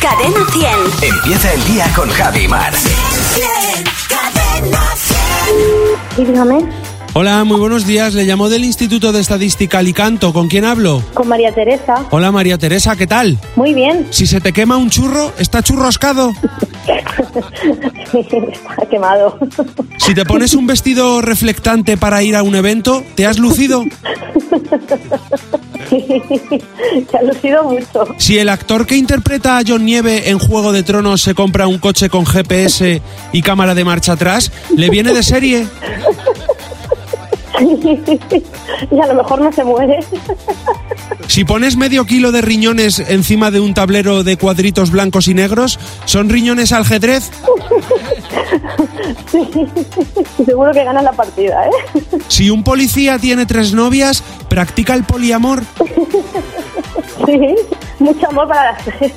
Cadena 100. Empieza el día con Javi Mar. Cadena 100. Sí, dígame, Hola, muy buenos días. Le llamo del Instituto de Estadística Alicanto. ¿Con quién hablo? con María Teresa. Hola María Teresa, ¿qué tal? Muy bien. Si se te quema un churro, ¿está churroscado? Está quemado. Si te pones un vestido reflectante para ir a un evento, ¿te has lucido? Se ha lucido mucho. Si el actor que interpreta a John Nieve en Juego de Tronos se compra un coche con GPS y cámara de marcha atrás, ¿le viene de serie? Y a lo mejor no se muere. Si pones medio kilo de riñones encima de un tablero de cuadritos blancos y negros, ¿son riñones ajedrez? Y Seguro que gana la partida, ¿eh? Si un policía tiene tres novias, ¿practica el poliamor? Sí, mucho amor para las tres.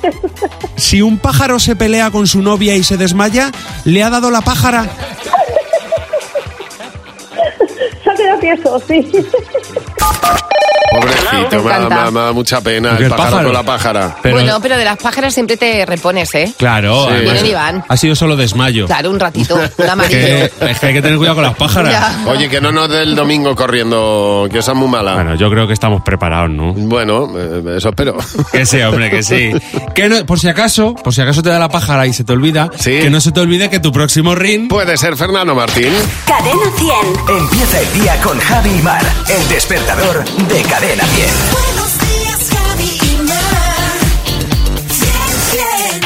Si un pájaro se pelea con su novia y se desmaya, le ha dado la pájara. Yo creo que eso, sí. Pobrecito, me, ha- me ha- me ha dado mucha pena Porque el el pájaro pájaro. con la pájara. Pero- Bueno, pero de las pájaras siempre te repones, ¿eh? Claro, Sí. además, Vienen y van. ha sido solo desmayo. Claro, un ratito, un Que- amarillo. es que hay que tener cuidado con las pájaras. Ya. Oye, que no nos dé el domingo corriendo, que esa es muy mala. Bueno, yo creo que estamos preparados, ¿no? Bueno, eh, eso espero. Que sí, hombre, que sí. Que no- por si acaso, por si acaso te da la pájara y se te olvida, Sí. que no se te olvide que tu próximo ring Puede ser Fernando Martín. Cadena 100. Empieza el día con Javi Mar. El despertador de Cadena 10. Buenos días, Javi y Mar. 100, 100,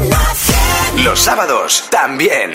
Cadena 100. Los sábados también.